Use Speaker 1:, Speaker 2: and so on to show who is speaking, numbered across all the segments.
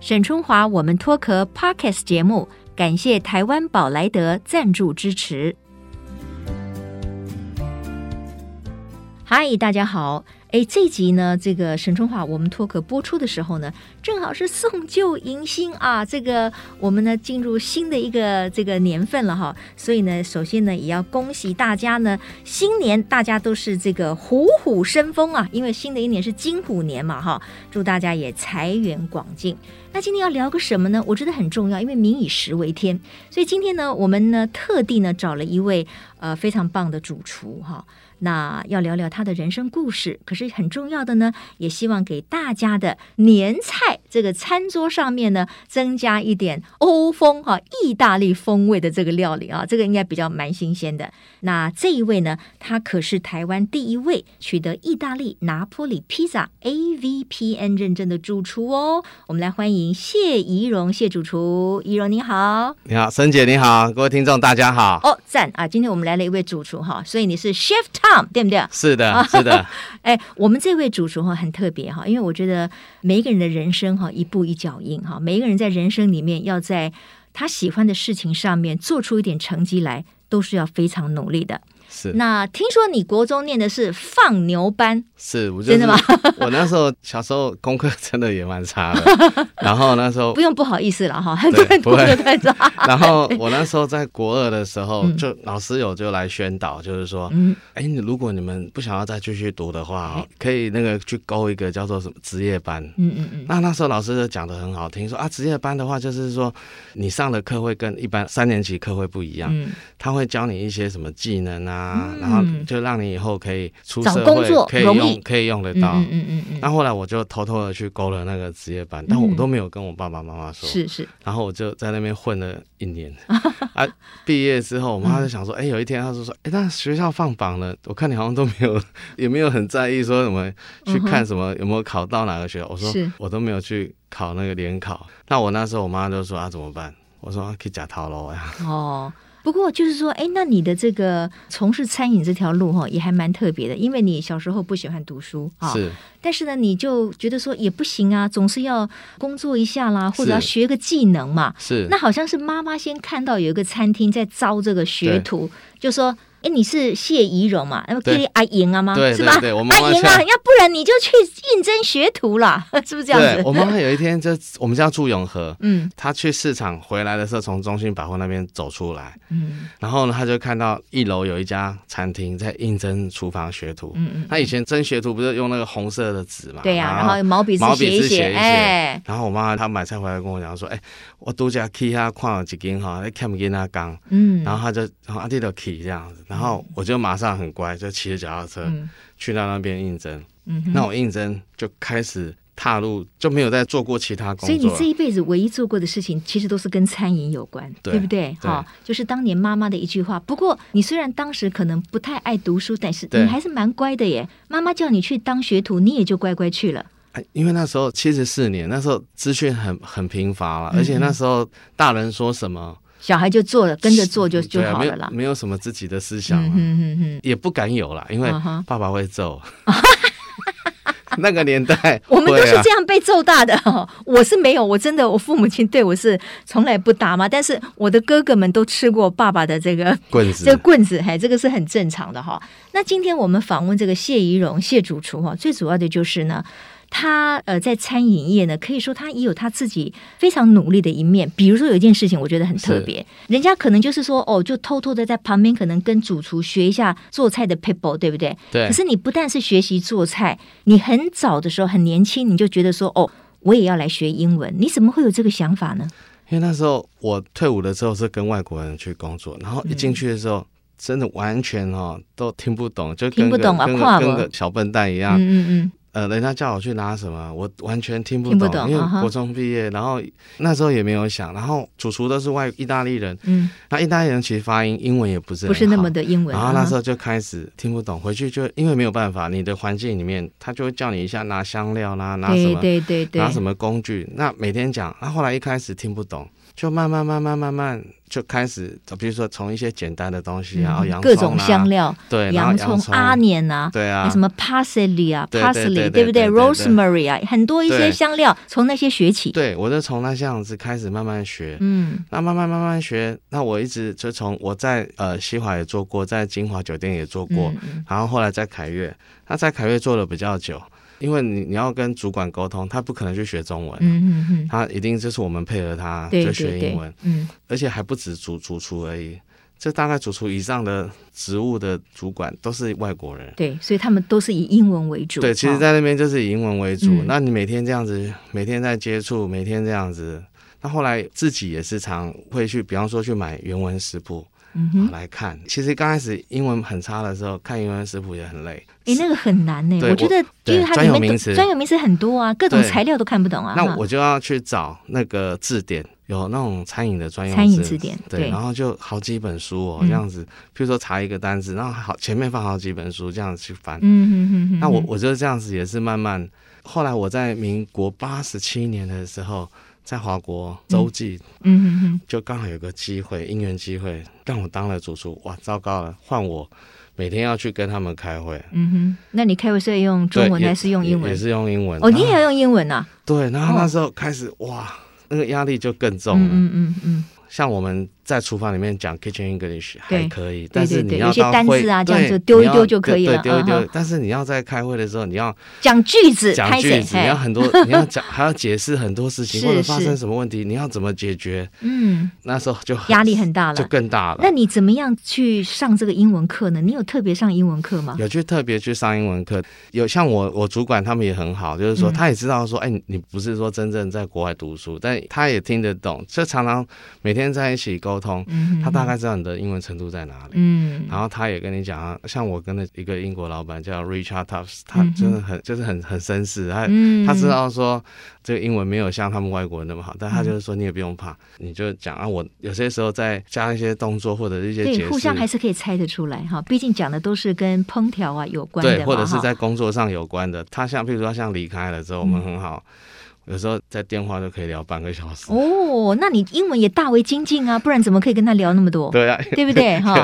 Speaker 1: 沈春华，我们脱壳 Pockets 节目，感谢台湾宝莱德赞助支持。嗨，大家好。哎，这集呢，这个沈春华，我们脱壳播出的时候呢，正好是送旧迎新啊。这个我们呢进入新的一个这个年份了哈，所以呢，首先呢也要恭喜大家呢，新年大家都是这个虎虎生风啊，因为新的一年是金虎年嘛哈，祝大家也财源广进。那今天要聊个什么呢？我觉得很重要，因为民以食为天，所以今天呢，我们呢特地呢找了一位呃非常棒的主厨哈。那要聊聊他的人生故事，可是很重要的呢，也希望给大家的年菜这个餐桌上面呢，增加一点欧风哈、意大利风味的这个料理啊，这个应该比较蛮新鲜的。那这一位呢，他可是台湾第一位取得意大利拿坡里披萨 AVPN 认证的主厨哦。我们来欢迎谢怡蓉谢主厨，怡蓉你好。
Speaker 2: 你好，沈姐，你好，各位听众，大家好。
Speaker 1: 哦，赞啊！今天我们来了一位主厨哈，所以你是 Chef Tom 对不对？
Speaker 2: 是的，是的，
Speaker 1: 哎，我们这位主厨哈很特别哈，因为我觉得每一个人的人生哈一步一脚印哈，每一个人在人生里面要在他喜欢的事情上面做出一点成绩来，都是要非常努力的。
Speaker 2: 是
Speaker 1: 那听说你国中念的是放牛班，
Speaker 2: 是，我就
Speaker 1: 真的
Speaker 2: 是
Speaker 1: 吗？
Speaker 2: 我那时候小时候功课真的也蛮差 的，然后那时候
Speaker 1: 不，用不好意思了哈，很多人
Speaker 2: 不会
Speaker 1: 工作太 差。
Speaker 2: 然后我那时候在国二的时候，
Speaker 1: 嗯
Speaker 2: 就老师有就来宣导，就是说，
Speaker 1: 嗯，哎
Speaker 2: 哎，你如果你们不想要再继续读的话哦，可以那个去勾一个叫做什么职业班。
Speaker 1: 嗯嗯嗯，
Speaker 2: 那那时候老师就讲的很好听，说啊，职业班的话就是说，你上的课会跟一般三年级课会不一样，
Speaker 1: 嗯，
Speaker 2: 他会教你一些什么技能啊，
Speaker 1: 嗯
Speaker 2: 然后就让你以后可以出
Speaker 1: 找
Speaker 2: 社会，
Speaker 1: 工作
Speaker 2: 可以
Speaker 1: 容
Speaker 2: 用
Speaker 1: 易
Speaker 2: 可以用得
Speaker 1: 嗯
Speaker 2: 到。
Speaker 1: 嗯嗯嗯嗯
Speaker 2: 那后来我就偷偷的去勾了那个职业班，但我
Speaker 1: 嗯
Speaker 2: 都没有跟我爸爸妈妈说。
Speaker 1: 是是，
Speaker 2: 然后我就在那边混了 一年啊。毕业之后，我
Speaker 1: 嗯
Speaker 2: 妈就想说，哎、有一天她就说，哎，那学校放榜了，我看你好像都没有， 也没有很在意说什么去看什么有没有考到哪个学校。我说
Speaker 1: 是
Speaker 2: 我都没有去考那个联考。那我那时候我妈就说啊，怎么办？我说啊去假逃喽呀。
Speaker 1: 哦，不过就是说，哎，那你的这个从事餐饮这条路哈、也还蛮特别的，因为你小时候不喜欢读书啊，
Speaker 2: 是
Speaker 1: 但是呢，你就觉得说也不行啊，总是要工作一下啦，或者
Speaker 2: 是
Speaker 1: 要学个技能嘛。
Speaker 2: 是
Speaker 1: 那好像是妈妈先看到有一个餐厅在招这个学徒，就说。哎，你是谢怡蓉嘛？那么
Speaker 2: 对
Speaker 1: 给你阿莹啊吗？
Speaker 2: 对
Speaker 1: 是吧？
Speaker 2: 对对我妈妈
Speaker 1: 阿莹啊，
Speaker 2: 像
Speaker 1: 要不然你就去应征学徒啦， 是不是这样
Speaker 2: 对
Speaker 1: 子？
Speaker 2: 我妈妈有一天就我们家住永和，
Speaker 1: 嗯
Speaker 2: 她去市场回来的时候，从中信百货那边走出来，
Speaker 1: 嗯
Speaker 2: 然后呢，她就看到一楼有一家餐厅在应征厨房学徒。
Speaker 1: 嗯嗯，
Speaker 2: 她以前征学徒不是用那个红色的纸嘛？
Speaker 1: 对呀、然后毛笔字
Speaker 2: 啊毛
Speaker 1: 写
Speaker 2: 笔字写一写
Speaker 1: 哎，
Speaker 2: 然后我妈她买菜回来跟我讲说：“哎、我度假去下看有一间哈，那看不见那缸。”
Speaker 1: 嗯，
Speaker 2: 然后她就然后阿弟就去这样子，然后我就马上很乖，就骑着脚踏车、
Speaker 1: 嗯
Speaker 2: 去到那边应征。
Speaker 1: 嗯哼，
Speaker 2: 那我应征就开始踏入，就没有再做过其他工
Speaker 1: 所以
Speaker 2: 作
Speaker 1: 你
Speaker 2: 了。
Speaker 1: 这一辈子唯一做过的事情，其实都是跟餐饮有关，
Speaker 2: 对
Speaker 1: 不对？
Speaker 2: 对
Speaker 1: 哈、就是当年妈妈的一句话。不过你虽然当时可能不太爱读书，但是你
Speaker 2: 对
Speaker 1: 还是蛮乖的耶。妈妈叫你去当学徒，你也就乖乖去了。
Speaker 2: 哎因为那时候七十四年，那时候资讯很很贫乏了，
Speaker 1: 嗯
Speaker 2: 而且那时候大人说什么
Speaker 1: 小孩就做了，跟着做就就
Speaker 2: 对啊
Speaker 1: 好
Speaker 2: 没
Speaker 1: 了
Speaker 2: 有
Speaker 1: 啦。
Speaker 2: 没有什么自己的思
Speaker 1: 嗯
Speaker 2: 想啊、
Speaker 1: 哼哼哼，
Speaker 2: 也不敢有啦，因为
Speaker 1: 嗯哼
Speaker 2: 爸爸会 揍。那个年代，
Speaker 1: 我们都是
Speaker 2: 会啊
Speaker 1: 这样被揍大的。哈我是没有，我真的，我父母亲对我是从来不打嘛，但是我的哥哥们都吃过爸爸的这个
Speaker 2: 棍
Speaker 1: 这个
Speaker 2: 子。
Speaker 1: 棍子，嘿，这个是很正常的哈。那今天我们访问这个谢怡蓉谢主厨哈，最主要的就是呢。他呃，在餐饮业呢，可以说他也有他自己非常努力的一面。比如说有一件事情，我觉得很特别，人家可能就是说哦，就偷偷的在旁边可能跟主厨学一下做菜的 people，对不对？
Speaker 2: 对
Speaker 1: 可是你不但是学习做菜，你很早的时候很年轻，你就觉得说哦，我也要来学英文。你怎么会有这个想法呢？
Speaker 2: 因为那时候我退伍的时候是跟外国人去工作，然后一
Speaker 1: 嗯
Speaker 2: 进去的时候，真的完全哦都听不懂，就跟
Speaker 1: 听不
Speaker 2: 个
Speaker 1: 懂啊
Speaker 2: 跟
Speaker 1: 跨
Speaker 2: 个
Speaker 1: 文
Speaker 2: 跟个小笨蛋一样。
Speaker 1: 嗯嗯嗯，
Speaker 2: 呃，人家叫我去拿什么，我完全听不
Speaker 1: 听
Speaker 2: 懂，
Speaker 1: 不懂
Speaker 2: 因
Speaker 1: 啊哈
Speaker 2: 为国中毕业，然后那时候也没有想，然后主厨都是外意大利人，
Speaker 1: 嗯，
Speaker 2: 那意大利人其实发音英文也不是
Speaker 1: 不是
Speaker 2: 很
Speaker 1: 那
Speaker 2: 好
Speaker 1: 么。的英文。
Speaker 2: 然后那
Speaker 1: 嗯
Speaker 2: 时候就开始听不懂，回去就因为没有办法，你的环境里面，他就会叫你一下拿香料啦，拿什
Speaker 1: 对
Speaker 2: 么
Speaker 1: 对对对，
Speaker 2: 啊拿什么工具，那每天讲，那后来一开始听不懂，就慢慢慢慢慢慢就开始，比如说从一些简单的东西啊，然后洋葱
Speaker 1: 嗯各
Speaker 2: 啊
Speaker 1: 种香，料，
Speaker 2: 对，然后
Speaker 1: 洋葱、阿年啊，
Speaker 2: 对啊，
Speaker 1: 还什么 parsley 啊
Speaker 2: 对对对
Speaker 1: ，parsley
Speaker 2: 对
Speaker 1: 不对
Speaker 2: 对对对
Speaker 1: ？rosemary 啊，很多一些
Speaker 2: 对
Speaker 1: 香料，从那些学起。
Speaker 2: 对我就从那这样子开始慢慢学。
Speaker 1: 嗯
Speaker 2: 那慢慢慢慢学，那我一直就从我在呃西华也做过，在金华酒店也做过，
Speaker 1: 嗯嗯
Speaker 2: 然后后来在凯悦，那在凯悦做的比较久，因为你你要跟主管沟通，他不可能去学中文，
Speaker 1: 嗯嗯，嗯
Speaker 2: 他一定就是我们配合他
Speaker 1: 对对
Speaker 2: 就啊学英文
Speaker 1: 对，，嗯
Speaker 2: 而且还不止主主厨而已，这大概主厨以上的职务的主管都是外国人。
Speaker 1: 对，所以他们都是以英文为主。
Speaker 2: 对，其实，
Speaker 1: 哦
Speaker 2: 在那边就是以英文为主。
Speaker 1: 嗯
Speaker 2: 那你每天这样子，每天在接触，每天这样子。那后来自己也是常会去，比方说去买原文食谱、
Speaker 1: 嗯哼，
Speaker 2: 来看。其实刚开始英文很差的时候，看原文食谱也很累。
Speaker 1: 哎，那个很难呢。
Speaker 2: 对
Speaker 1: 我觉得，
Speaker 2: 对
Speaker 1: 因为它
Speaker 2: 专
Speaker 1: 里
Speaker 2: 有
Speaker 1: 面
Speaker 2: 名
Speaker 1: 都
Speaker 2: 词
Speaker 1: 专有名词很多啊，各种
Speaker 2: 对
Speaker 1: 材料都看不懂啊。
Speaker 2: 那
Speaker 1: 哈
Speaker 2: 我就要去找那个字典，有那种餐饮的专用
Speaker 1: 餐饮
Speaker 2: 字
Speaker 1: 字典
Speaker 2: 对，
Speaker 1: 对
Speaker 2: 然后就好几本书哦，
Speaker 1: 嗯
Speaker 2: 这样子。譬如说查一个单词，然后好前面放好几本书，这样子去翻。
Speaker 1: 嗯嗯嗯嗯，
Speaker 2: 那我
Speaker 1: 嗯
Speaker 2: 我就这样子也是慢慢，后来我在民国八十七年的时候，在华国洲际、
Speaker 1: 嗯嗯嗯，
Speaker 2: 就刚好有个机会，因缘机会让我当了主厨，哇，糟糕了，换我每天要去跟他们开会，
Speaker 1: 嗯哼，那你开会是要用中
Speaker 2: 对
Speaker 1: 文
Speaker 2: 也
Speaker 1: 还是用英
Speaker 2: 也也
Speaker 1: 文？
Speaker 2: 是用英文
Speaker 1: 哦，你也
Speaker 2: 然后
Speaker 1: 要用英文啊？
Speaker 2: 对，然后
Speaker 1: 哦
Speaker 2: 那时候开始、哇，那个压力就更重了。
Speaker 1: 嗯嗯嗯嗯，
Speaker 2: 像我们在厨房里面讲 kitchen English
Speaker 1: 对
Speaker 2: 还可以，
Speaker 1: 对
Speaker 2: 但
Speaker 1: 对
Speaker 2: 是
Speaker 1: 对
Speaker 2: 你
Speaker 1: 有
Speaker 2: 要
Speaker 1: 些
Speaker 2: 到
Speaker 1: 单
Speaker 2: 会
Speaker 1: 字啊这样
Speaker 2: 对
Speaker 1: 就丢一
Speaker 2: 你要
Speaker 1: 丢就可以
Speaker 2: 对
Speaker 1: 了
Speaker 2: 丢一
Speaker 1: 嗯
Speaker 2: 丢
Speaker 1: 哼。
Speaker 2: 但是你要在开会的时候，你要
Speaker 1: 讲句子，
Speaker 2: 讲
Speaker 1: 拍
Speaker 2: 句
Speaker 1: 谁？
Speaker 2: 子，你要
Speaker 1: 嘿，
Speaker 2: 很多，你要讲，还要解释很多事情，
Speaker 1: 是
Speaker 2: 或者发
Speaker 1: 是
Speaker 2: 生什么问题，你要怎么解决？
Speaker 1: 嗯，
Speaker 2: 那时候就很
Speaker 1: 压力很大
Speaker 2: 就
Speaker 1: 了。
Speaker 2: 更大
Speaker 1: 那
Speaker 2: 了。
Speaker 1: 你怎么样去上这个英文课呢？你有特别上英文课吗？
Speaker 2: 有去特别去上英文课，有像我我主管他们也很好，就是说
Speaker 1: 嗯
Speaker 2: 他也知道说，哎、你你不是说真正在国外读书，但他也听得懂，就常常每天在一起沟通，
Speaker 1: 嗯哼，
Speaker 2: 他大概知道你的英文程度在哪里。
Speaker 1: 嗯
Speaker 2: 然后他也跟你讲啊，像我跟那一个英国老板叫 Richard Tubbs，他
Speaker 1: 嗯哼
Speaker 2: 真的很、就是很很绅士，他、
Speaker 1: 嗯，
Speaker 2: 他知道说这个英文没有像他们外国人那么好，但他就是说你也不用怕，你就讲啊，我有些时候再加一些动作或者是一些
Speaker 1: 对，
Speaker 2: 解
Speaker 1: 互相还
Speaker 2: 释，
Speaker 1: 是可以猜得出来哈，毕竟讲的都是跟烹调啊有关的
Speaker 2: 对，
Speaker 1: 嘛
Speaker 2: 或者是
Speaker 1: 哈
Speaker 2: 在工作上有关的。他像譬如说像离开了之后，我们很好，有时候在电话就可以聊半个小时。
Speaker 1: 哦，那你英文也大为精进啊，不然怎么可以跟他聊那么多？
Speaker 2: 对啊，
Speaker 1: 对不对 哈？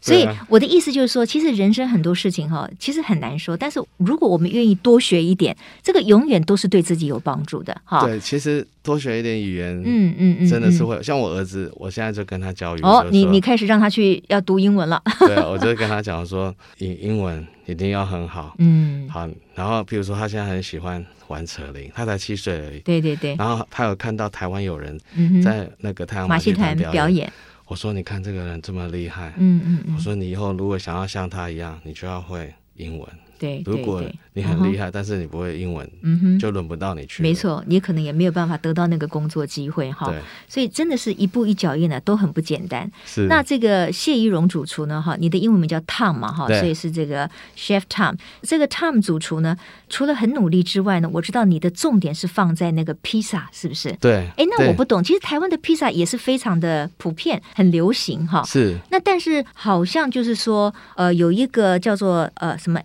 Speaker 1: 所
Speaker 2: 对
Speaker 1: 以
Speaker 2: 啊
Speaker 1: 我的意思就是说，其实人生很多事情哈，其实很难说，但是如果我们愿意多学一点，这个永远都是对自己有帮助的哈。
Speaker 2: 对，其实多学一点语言，
Speaker 1: 嗯嗯嗯，
Speaker 2: 真的是
Speaker 1: 嗯
Speaker 2: 会有。像我儿子，我现在就跟他教语，
Speaker 1: 哦
Speaker 2: 就，
Speaker 1: 你
Speaker 2: 说
Speaker 1: 你开始让他去要读英文了，
Speaker 2: 对，啊我就跟他讲说，英英文一定要很好，
Speaker 1: 嗯，
Speaker 2: 好。然后比如说他现在很喜欢玩扯铃，他才七岁而已。
Speaker 1: 对对对，
Speaker 2: 然后他有看到台湾有人
Speaker 1: 嗯哼，
Speaker 2: 在那个太阳
Speaker 1: 马戏
Speaker 2: 戏
Speaker 1: 团
Speaker 2: 团
Speaker 1: 表
Speaker 2: 演，
Speaker 1: 演，
Speaker 2: 我说你看这个人这么厉害，
Speaker 1: 嗯嗯
Speaker 2: 我
Speaker 1: 嗯，
Speaker 2: 说你以后如果想要像他一样，你就要会英文。
Speaker 1: 对
Speaker 2: 如
Speaker 1: 对
Speaker 2: 果
Speaker 1: 对，
Speaker 2: 你
Speaker 1: 嗯
Speaker 2: 很
Speaker 1: 哼
Speaker 2: 厉害，但是你不会英文，
Speaker 1: 嗯哼，
Speaker 2: 就轮不到你去。
Speaker 1: 没，错，你可能也没有办法得到那个工作机会哈
Speaker 2: 对。，
Speaker 1: 所以真的是一步一脚印呢，啊都很不简单。
Speaker 2: 是
Speaker 1: 那这个谢怡荣主厨呢，哈，你的英文名叫 Tom 嘛，哈，
Speaker 2: 对
Speaker 1: 所以是这个 Chef Tom。这个 Tom 主厨呢，除了很努力之外呢，我知道你的重点是放在那个披萨，是不是？
Speaker 2: 对。
Speaker 1: 哎，那
Speaker 2: 对
Speaker 1: 我不懂，其实台湾的披萨也是非常的普遍，很流行哈。
Speaker 2: 是
Speaker 1: 那但是好像就是说，呃，有一个叫做呃什么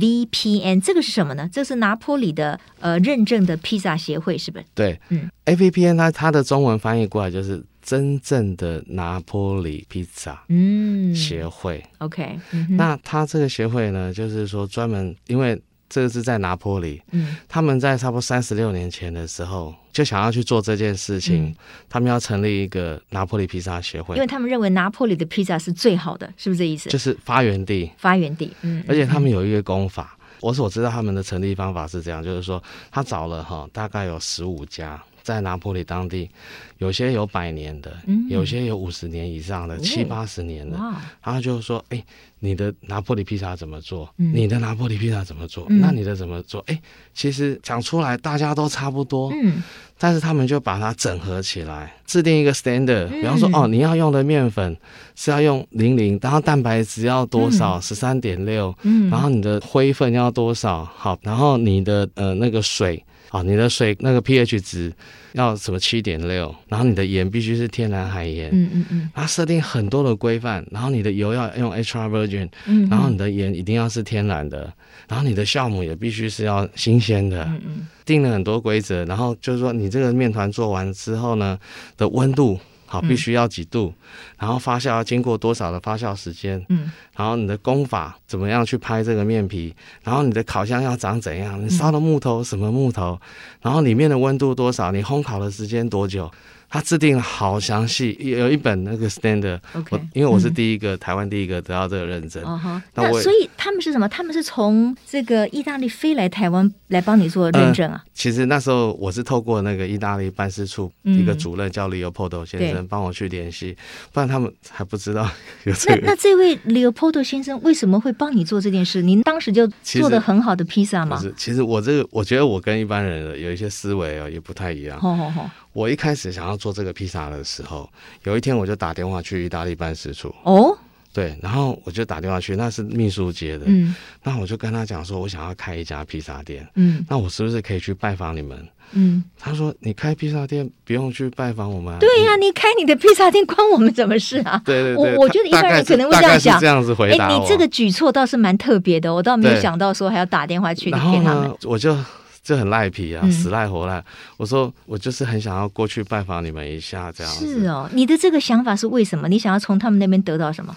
Speaker 1: AVPN，这个是什么呢？这是拿坡里的呃认证的披萨协会，是不是？
Speaker 2: 对，
Speaker 1: 嗯
Speaker 2: ，A P P N 它它的中文翻译过来就是真正的拿坡里披萨
Speaker 1: 嗯
Speaker 2: 协会。
Speaker 1: ，OK，嗯哼，
Speaker 2: 那它这个协会呢，就是说专门因为这个是在拿坡里，
Speaker 1: 嗯
Speaker 2: 他们在差不多三十六年前的时候就想要去做这件事情，
Speaker 1: 嗯
Speaker 2: 他们要成立一个拿破里披萨协
Speaker 1: 因为
Speaker 2: 会，
Speaker 1: 他们认为拿破里的披萨是最好的，是不是这意思？
Speaker 2: 就是发源地，
Speaker 1: 发源地，嗯，
Speaker 2: 而且他们有一个功法。我所知道他们的成立方法是这样，就是说他找了哈大概有十五家在拿破里当地，有些有百年的，
Speaker 1: 嗯
Speaker 2: 有些有五十年以上的，
Speaker 1: 哦
Speaker 2: 七八十年的，
Speaker 1: 哇，
Speaker 2: 然后就说：“哎、你的拿破里披萨怎么做？
Speaker 1: 嗯
Speaker 2: 你的拿破里披萨怎么做？
Speaker 1: 嗯
Speaker 2: 那你的怎么做？”哎、其实讲出来大家都差不多，
Speaker 1: 嗯
Speaker 2: 但是他们就把它整合起来，制定一个 standard。
Speaker 1: 嗯
Speaker 2: 比方说，哦，你要用的面粉是要用零零，然后蛋白质要多少？十三点六。
Speaker 1: 嗯，
Speaker 2: 然后你的灰分要多少？好，然后你的呃那个水哦，你的水那个 pH 值要什么七点六，然后你的盐必须是天然海盐，
Speaker 1: 嗯嗯嗯
Speaker 2: 它设定很多的规范，然后你的油要用 extra virgin，
Speaker 1: 嗯，
Speaker 2: 然后你的盐一定要是天然的，然后你的酵母也必须是要新鲜的，
Speaker 1: 嗯嗯
Speaker 2: 定了很多规则，然后就是说你这个面团做完之后呢的温度。好，
Speaker 1: 嗯
Speaker 2: 必须要几度，然后发酵要经过多少的发酵时间，
Speaker 1: 嗯
Speaker 2: 然后你的工法怎么样去拍这个面皮，然后你的烤箱要长怎样，你
Speaker 1: 嗯
Speaker 2: 烧的木头什么木头，然后里面的温度多少，你烘烤的时间多久，它制定好详细，有一本那个 standard，
Speaker 1: ，OK，
Speaker 2: 我因为我是
Speaker 1: 嗯
Speaker 2: 第一个、台湾第一个得到这个认证，
Speaker 1: 哦哈，
Speaker 2: 那我
Speaker 1: 那
Speaker 2: 也
Speaker 1: 所以他们是什么？他们是从这个意大利飞来台湾来帮你做认证 啊？
Speaker 2: 其实那时候我是透过那个意大利办事处
Speaker 1: 嗯
Speaker 2: 一个主任叫 Leopoldo 先
Speaker 1: 对
Speaker 2: 生帮我去联系，不然他们还不知道有这
Speaker 1: 那
Speaker 2: 个。
Speaker 1: 那这位 Leopoldo 先生为什么会帮你做这件事？您当时就
Speaker 2: 其实
Speaker 1: 做的很好的披萨
Speaker 2: 不
Speaker 1: 嘛？
Speaker 2: 是，其实我这个，我觉得我跟一般人的有一些思维哦，也哦不太一样。
Speaker 1: 好好好，
Speaker 2: 我一开始想要做这个披萨的时候，有一天我就打电话去意大利办事处，
Speaker 1: 哦，
Speaker 2: 对，然后我就打电话去，那是秘书接的，
Speaker 1: 嗯
Speaker 2: 那我就跟他讲说，我想要开一家披萨店，
Speaker 1: 嗯
Speaker 2: 那我是不是可以去拜访你们？
Speaker 1: 嗯，
Speaker 2: 他说，你开披萨店不用去拜访我们、啊，
Speaker 1: 对呀、你开你的披萨店关我们什么事啊？
Speaker 2: 对对对，
Speaker 1: 我我
Speaker 2: 他
Speaker 1: 觉得一
Speaker 2: 大
Speaker 1: 般人
Speaker 2: 概是
Speaker 1: 可能会
Speaker 2: 大
Speaker 1: 这样
Speaker 2: 概是
Speaker 1: 想哎
Speaker 2: 这样子回答我。
Speaker 1: 你这个举措倒是蛮特别的，我倒没有
Speaker 2: 对
Speaker 1: 想到说还要打电话去给
Speaker 2: 然后
Speaker 1: 他们
Speaker 2: 呢。，我就就很赖皮啊，
Speaker 1: 嗯
Speaker 2: 死赖活赖。我说我就是很想要过去拜访你们一下，这样子。
Speaker 1: 是哦，你的这个想法是为什么？你想要从他们那边得到什么？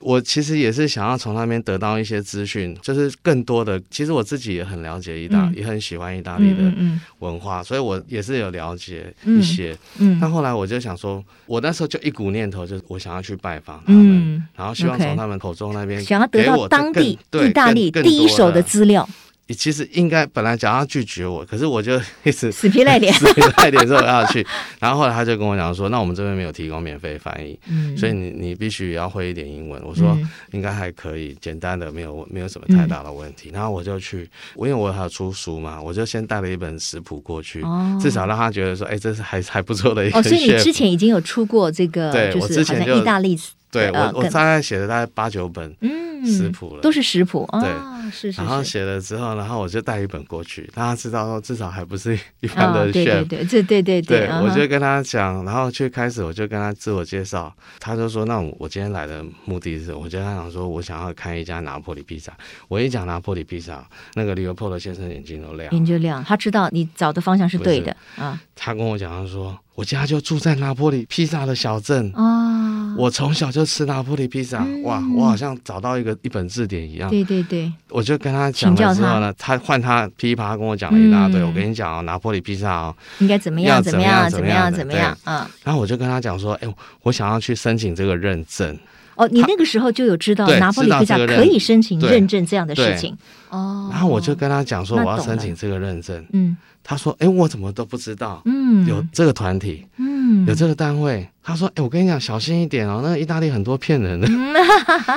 Speaker 2: 我其实也是想要从那边得到一些资讯，就是更多的。其实我自己也很了解意大，
Speaker 1: 嗯
Speaker 2: 也很喜欢意大
Speaker 1: 嗯
Speaker 2: 利啊的
Speaker 1: 嗯
Speaker 2: 文化，所以我也是有了解
Speaker 1: 嗯
Speaker 2: 一些。
Speaker 1: 嗯
Speaker 2: 但
Speaker 1: 嗯
Speaker 2: 后来我就想说，我那时候就一股念头，就是我想要去拜访他们，
Speaker 1: 嗯，
Speaker 2: 然后希望
Speaker 1: OK
Speaker 2: 从他们口中那边
Speaker 1: 想要得
Speaker 2: 给
Speaker 1: 到
Speaker 2: 我
Speaker 1: 当
Speaker 2: 更
Speaker 1: 地
Speaker 2: 对
Speaker 1: 意大利
Speaker 2: 更
Speaker 1: 第一手
Speaker 2: 更多
Speaker 1: 的资料，
Speaker 2: 其实应该本来想要拒绝我，可是我就一直 。
Speaker 1: 死皮赖脸
Speaker 2: 死皮赖脸说我要去。 然后后来他就跟我讲说，那我们这边没有提供免费翻译，
Speaker 1: 嗯
Speaker 2: 所以你你必须也要会一点英文。我说
Speaker 1: 嗯
Speaker 2: 应该还可以，简单的没有没有什么太大的问题。
Speaker 1: 嗯
Speaker 2: 然后我就去，我因为我还有出书嘛，我就先带了一本食谱过去，
Speaker 1: 哦
Speaker 2: 至少让他觉得说，哎，这是还还不错的一个
Speaker 1: 哦，所以你
Speaker 2: chef
Speaker 1: 之前已经有出过这个，
Speaker 2: 对
Speaker 1: 就
Speaker 2: 我
Speaker 1: 是
Speaker 2: 之
Speaker 1: 好
Speaker 2: 前
Speaker 1: 像
Speaker 2: 就
Speaker 1: 意大利，
Speaker 2: 对我
Speaker 1: 呃
Speaker 2: 我
Speaker 1: 跟
Speaker 2: 大概写了大概八九本
Speaker 1: 嗯，
Speaker 2: 食谱了。
Speaker 1: 都是食谱
Speaker 2: 对
Speaker 1: 啊，是是
Speaker 2: 然后
Speaker 1: 是。
Speaker 2: 写了之后，然后我就带一本过去，让他知道说至少还不是一般
Speaker 1: 啊，
Speaker 2: 的 chef，、
Speaker 1: 对对对，这对对
Speaker 2: 对，
Speaker 1: 啊
Speaker 2: 我
Speaker 1: 哈
Speaker 2: 就跟他讲，然后去开始我就跟他自我介绍，他就说，那我我今天来的目的是，我就跟他讲说，我想要开一家拿破里披萨。我一讲拿破里披萨，那个利欧波的先生眼睛都亮了。
Speaker 1: 研究量，他知道你找的方向是
Speaker 2: 不
Speaker 1: 对
Speaker 2: 是
Speaker 1: 的啊
Speaker 2: 他跟我讲，他说我家就住在拿破里披萨的小镇，
Speaker 1: 啊，
Speaker 2: 我从小就吃拿破里披萨，
Speaker 1: 嗯
Speaker 2: 哇，我好像找到一个一本字典一样。
Speaker 1: 啊对对对，
Speaker 2: 我就跟他讲
Speaker 1: 请教
Speaker 2: 了之后呢，他换他噼啪跟我讲了一大堆。
Speaker 1: 嗯
Speaker 2: 我跟你讲哦，拿破里披萨哦，
Speaker 1: 应该怎么
Speaker 2: 要
Speaker 1: 样怎
Speaker 2: 怎
Speaker 1: 么
Speaker 2: 么样
Speaker 1: 样
Speaker 2: 怎
Speaker 1: 怎么
Speaker 2: 么样
Speaker 1: 样
Speaker 2: 的
Speaker 1: 怎么样啊？
Speaker 2: 然后我就跟他讲说，哎，我想要去申请这个认证。
Speaker 1: 哦，你那个时候就有知道
Speaker 2: 对
Speaker 1: 拿破里披萨
Speaker 2: 知道这个
Speaker 1: 可
Speaker 2: 认
Speaker 1: 以申请
Speaker 2: 对
Speaker 1: 认证这样的事
Speaker 2: 对
Speaker 1: 情哦，
Speaker 2: 然后我就跟他讲说
Speaker 1: 那
Speaker 2: 我
Speaker 1: 懂了
Speaker 2: 要申请这个认证，
Speaker 1: 嗯
Speaker 2: 他说：“哎，我怎么都不知道
Speaker 1: 嗯
Speaker 2: 有这个团体，
Speaker 1: 嗯
Speaker 2: 有这个单位。”他说：“哎，我跟你讲，小心一点哦，那个意大利很多骗人的。”
Speaker 1: 嗯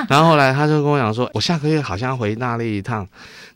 Speaker 2: 然后后来他就跟我讲说：“我下个月好像要回意大利一趟，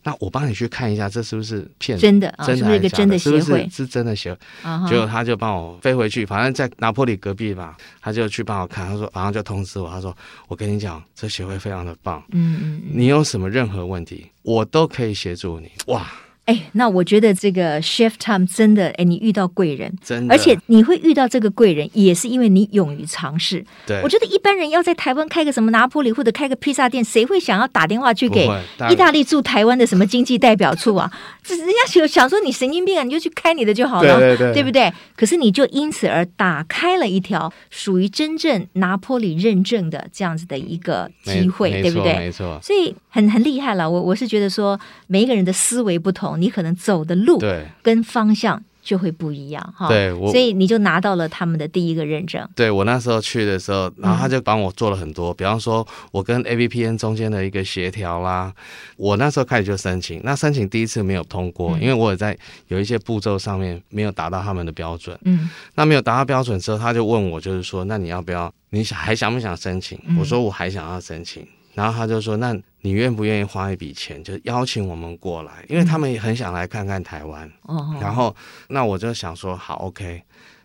Speaker 2: 那我帮你去看一下，这是不是骗人？”
Speaker 1: 真的啊，
Speaker 2: 真
Speaker 1: 是
Speaker 2: 的
Speaker 1: 不
Speaker 2: 还
Speaker 1: 是
Speaker 2: 是
Speaker 1: 一个
Speaker 2: 假
Speaker 1: 真的
Speaker 2: 是不
Speaker 1: 协会
Speaker 2: 是是真的协会？
Speaker 1: 啊哈？
Speaker 2: 结果他就帮我飞回去，反正在拿破里隔壁吧，他就去帮我看。他说，马上就通知我，他说：“我跟你讲，这协会非常的棒，
Speaker 1: 嗯嗯嗯。
Speaker 2: 你有什么任何问题，我都可以协助你。”哇，
Speaker 1: 哎，那我觉得这个 Chef Tom 真的，哎，你遇到贵人，
Speaker 2: 真的，
Speaker 1: 而且你会遇到这个贵人，也是因为你勇于尝试。
Speaker 2: 对，
Speaker 1: 我觉得一般人要在台湾开个什么拿破里或者开个披萨店，谁会想要打电话去
Speaker 2: 不
Speaker 1: 给
Speaker 2: 会当
Speaker 1: 意
Speaker 2: 然
Speaker 1: 大利驻台湾的什么经济代表 处啊？这人家想想说你神经病啊，你就去开你的就好了，
Speaker 2: 对对对
Speaker 1: 不对？可是你就因此而打开了一条属于真正拿破里认证的这样子的一个机会，
Speaker 2: 没
Speaker 1: 对不对？
Speaker 2: 没错，没错
Speaker 1: 所以很很厉害了。我我是觉得说，每一个人的思维不同，你可能走的路
Speaker 2: 对
Speaker 1: 跟方向就会不一样哈。
Speaker 2: 对我
Speaker 1: 所以你就拿到了他们的第一个认证。
Speaker 2: 对。我那时候去的时候，然
Speaker 1: 嗯
Speaker 2: 后他就帮我做了很多，比方说我跟 AVPN 中间的一个协调啦。我那时候开始就申请，那申请第一次没有通过，
Speaker 1: 嗯
Speaker 2: 因为我也在有一些步骤上面没有达到他们的标准。
Speaker 1: 嗯
Speaker 2: 那没有达到标准之后，他就问我，就是说，那你要不要？你想还想不想申请
Speaker 1: 嗯？
Speaker 2: 我说我还想要申请。然后他就说，那你愿不愿意花一笔钱，就邀请我们过来？因为
Speaker 1: 嗯
Speaker 2: 他们也很想来看看台湾。
Speaker 1: 哦，
Speaker 2: 然后那我就想说，好，OK，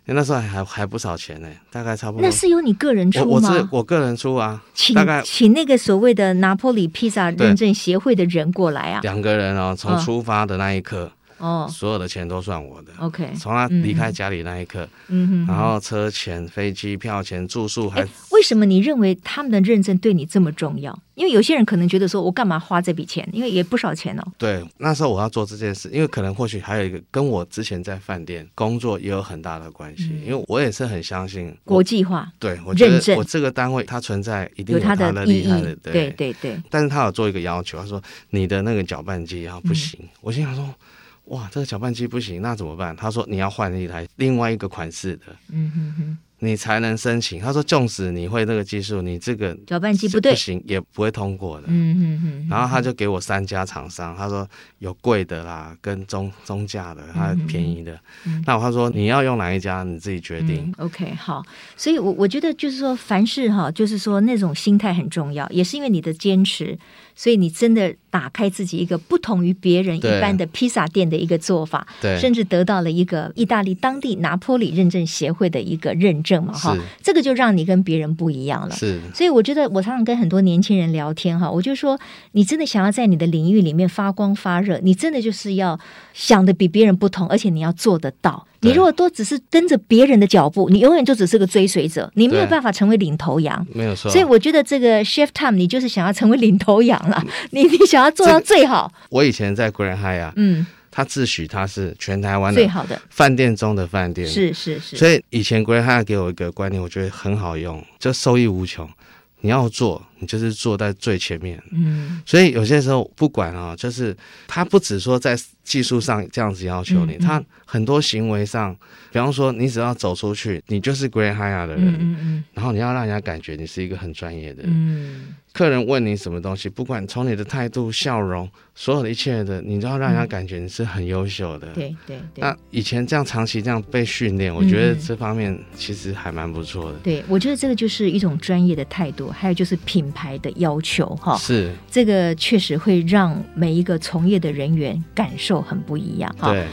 Speaker 2: 因为那时候还还不少钱呢，大概差不多
Speaker 1: 那。是由你个人
Speaker 2: 嗯我
Speaker 1: 出
Speaker 2: 我是
Speaker 1: 吗？
Speaker 2: 我个人出啊，
Speaker 1: 请
Speaker 2: 大概
Speaker 1: 请那个所谓的拿破里披萨认证协会的人过来啊。
Speaker 2: 两个人哦，从
Speaker 1: 嗯
Speaker 2: 出发的那一刻，
Speaker 1: 哦
Speaker 2: 所有的钱都算我的。
Speaker 1: ，OK，
Speaker 2: 从他离开家里那一刻，
Speaker 1: 嗯哼
Speaker 2: 然后车钱、飞机票钱、住宿还
Speaker 1: 哎，为什么你认为他们的认证对你这么重要？因为有些人可能觉得说，我干嘛花这笔钱？因为也不少钱哦。
Speaker 2: 对，那时候我要做这件事，因为可能或许还有一个跟我之前在饭店工作也有很大的关系，因为我也是很相信
Speaker 1: 嗯国际化
Speaker 2: 对，我觉
Speaker 1: 认
Speaker 2: 得
Speaker 1: 证
Speaker 2: 我这个单位它存在一定
Speaker 1: 有它
Speaker 2: 的
Speaker 1: 的意
Speaker 2: 厉害
Speaker 1: 义
Speaker 2: 的，，
Speaker 1: 对对对，
Speaker 2: 但是他有做一个要求，他说你的那个搅拌机啊
Speaker 1: 嗯
Speaker 2: 不行，我心想说。哇，这个搅拌机不行，那怎么办？他说你要换一台另外一个款式的，
Speaker 1: 嗯哼哼，
Speaker 2: 你才能申请。他说，纵使你会那个技术，你这个
Speaker 1: 搅拌机
Speaker 2: 是
Speaker 1: 不对
Speaker 2: 不，行也不会通过的。
Speaker 1: 嗯哼哼，
Speaker 2: 然后他就给我三家厂商，他说有贵的啦，跟中中价的，还有便宜的。那我他说你要用哪一家，你自己决定。
Speaker 1: 嗯、OK，好，所以我，我觉得就是说，凡事哈，就是说那种心态很重要，也是因为你的坚持，所以你真的打开自己一个不同于别人
Speaker 2: 对
Speaker 1: 一般的披萨店的一个做法，
Speaker 2: 对
Speaker 1: 甚至得到了一个意大利当地拿坡里认证协会的一个认证嘛，哈
Speaker 2: 是，
Speaker 1: 这个就让你跟别人不一样了。
Speaker 2: 是，
Speaker 1: 所以我觉得，我常常跟很多年轻人聊天哈，我就说，你真的想要在你的领域里面发光发热，你真的就是要想的比别人不同，而且你要做得到。
Speaker 2: 对
Speaker 1: 你如果都只是跟着别人的脚步，你永远就只是个追随者，你没有
Speaker 2: 对
Speaker 1: 办法成为领头羊。
Speaker 2: 没有错。
Speaker 1: 所以我觉得这个 Chef Time，你就是想要成为领头羊了， 你你想要做到最 好，
Speaker 2: 我以前在 Grand High 啊，
Speaker 1: 嗯，
Speaker 2: 他自诩他是全台湾
Speaker 1: 最
Speaker 2: 的
Speaker 1: 好的，
Speaker 2: 饭店中的饭店。。
Speaker 1: 是是是，
Speaker 2: 所以以前 Grand High 给我一个观念，我觉得很好用，就受益无穷。你要做，你就是坐在最前面。
Speaker 1: 嗯
Speaker 2: 所以有些时候不管啊、就是他不只说在技术上这样子要求你，
Speaker 1: 嗯嗯
Speaker 2: 他很多行为上，比方说你只要走出去，你就是 Great Hire 的人，
Speaker 1: 嗯嗯
Speaker 2: 然后你要让人家感觉你是一个很专业的
Speaker 1: 嗯
Speaker 2: 人。
Speaker 1: 嗯，
Speaker 2: 客人问你什么东西，不管从你的态度、笑容，所有的一切的，你都要让人家
Speaker 1: 嗯
Speaker 2: 感觉你是很优秀的。
Speaker 1: 对对对。嗯
Speaker 2: 那以前这样长期这样被训练，我觉得这方面其实还蛮不错的。
Speaker 1: 对，我觉得这个就是一种专业的态度，还有就是品牌的要求哈。
Speaker 2: 是，
Speaker 1: 这个确实会让每一个从业的人员感受很不一样哈。
Speaker 2: 对，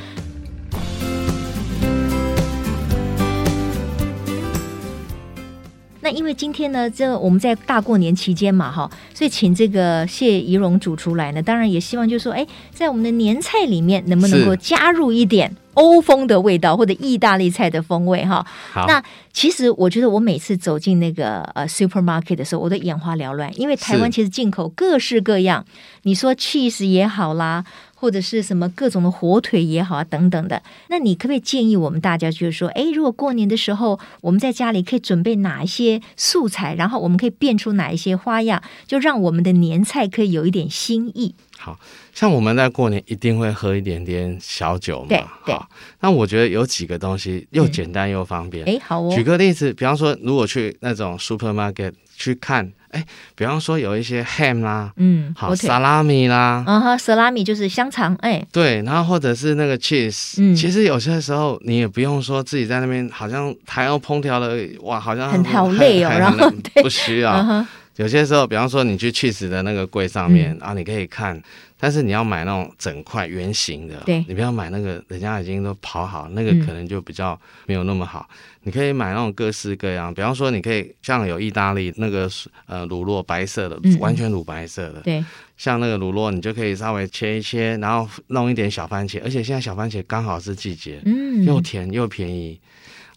Speaker 1: 那因为今天呢，这个我们在大过年期间嘛哈，所以请这个谢怡蓉主厨来呢，当然也希望就是说，哎，在我们的年菜里面能不能够
Speaker 2: 是
Speaker 1: 加入一点欧风的味道或者意大利菜的风味哈。
Speaker 2: 好，
Speaker 1: 那其实我觉得，我每次走进那个呃 supermarket 的时候，我都眼花缭乱，因为台湾
Speaker 2: 是
Speaker 1: 其实进口各式各样，你说 cheese 也好啦，或者是什么各种的火腿也好啊等等的。那你可不可以建议我们大家，就是说，诶，如果过年的时候我们在家里可以准备哪一些素材，然后我们可以变出哪一些花样，就让我们的年菜可以有一点新意？
Speaker 2: 好像我们在过年一定会喝一点点小酒嘛，
Speaker 1: 对对
Speaker 2: 好。那我觉得有几个东西又简单又方便。
Speaker 1: 诶，好哦
Speaker 2: 举，个例子，比方说，如果去那种 supermarket 去看，哎，比方说有一些 ham 啦，
Speaker 1: 嗯，
Speaker 2: 好
Speaker 1: 火腿，
Speaker 2: 萨拉米啦，
Speaker 1: 啊哈，萨拉米就是香肠，哎诶，
Speaker 2: 对，然后或者是那个 cheese，、
Speaker 1: 嗯
Speaker 2: 其实有些时候你也不用说自己在那边好像还要烹调的，哇，好像
Speaker 1: 很好累哦
Speaker 2: 很
Speaker 1: 然后
Speaker 2: 很不需要。
Speaker 1: 嗯哼，
Speaker 2: 有些时候，比方说你去 cheese 的那个柜上面、
Speaker 1: 嗯
Speaker 2: 啊，你可以看，但是你要买那种整块圆形的，
Speaker 1: 对
Speaker 2: 你不要买那个人家已经都刨好，那个
Speaker 1: 嗯
Speaker 2: 可能就比较没有那么好。你可以买那种各式各样，比方说你可以像有意大利那个呃乳酪白色的，
Speaker 1: 嗯嗯
Speaker 2: 完全乳白色的，
Speaker 1: 对，
Speaker 2: 像那个乳酪，你就可以稍微切一切，然后弄一点小番茄，而且现在小番茄刚好是季节，
Speaker 1: 嗯，
Speaker 2: 又甜又便宜。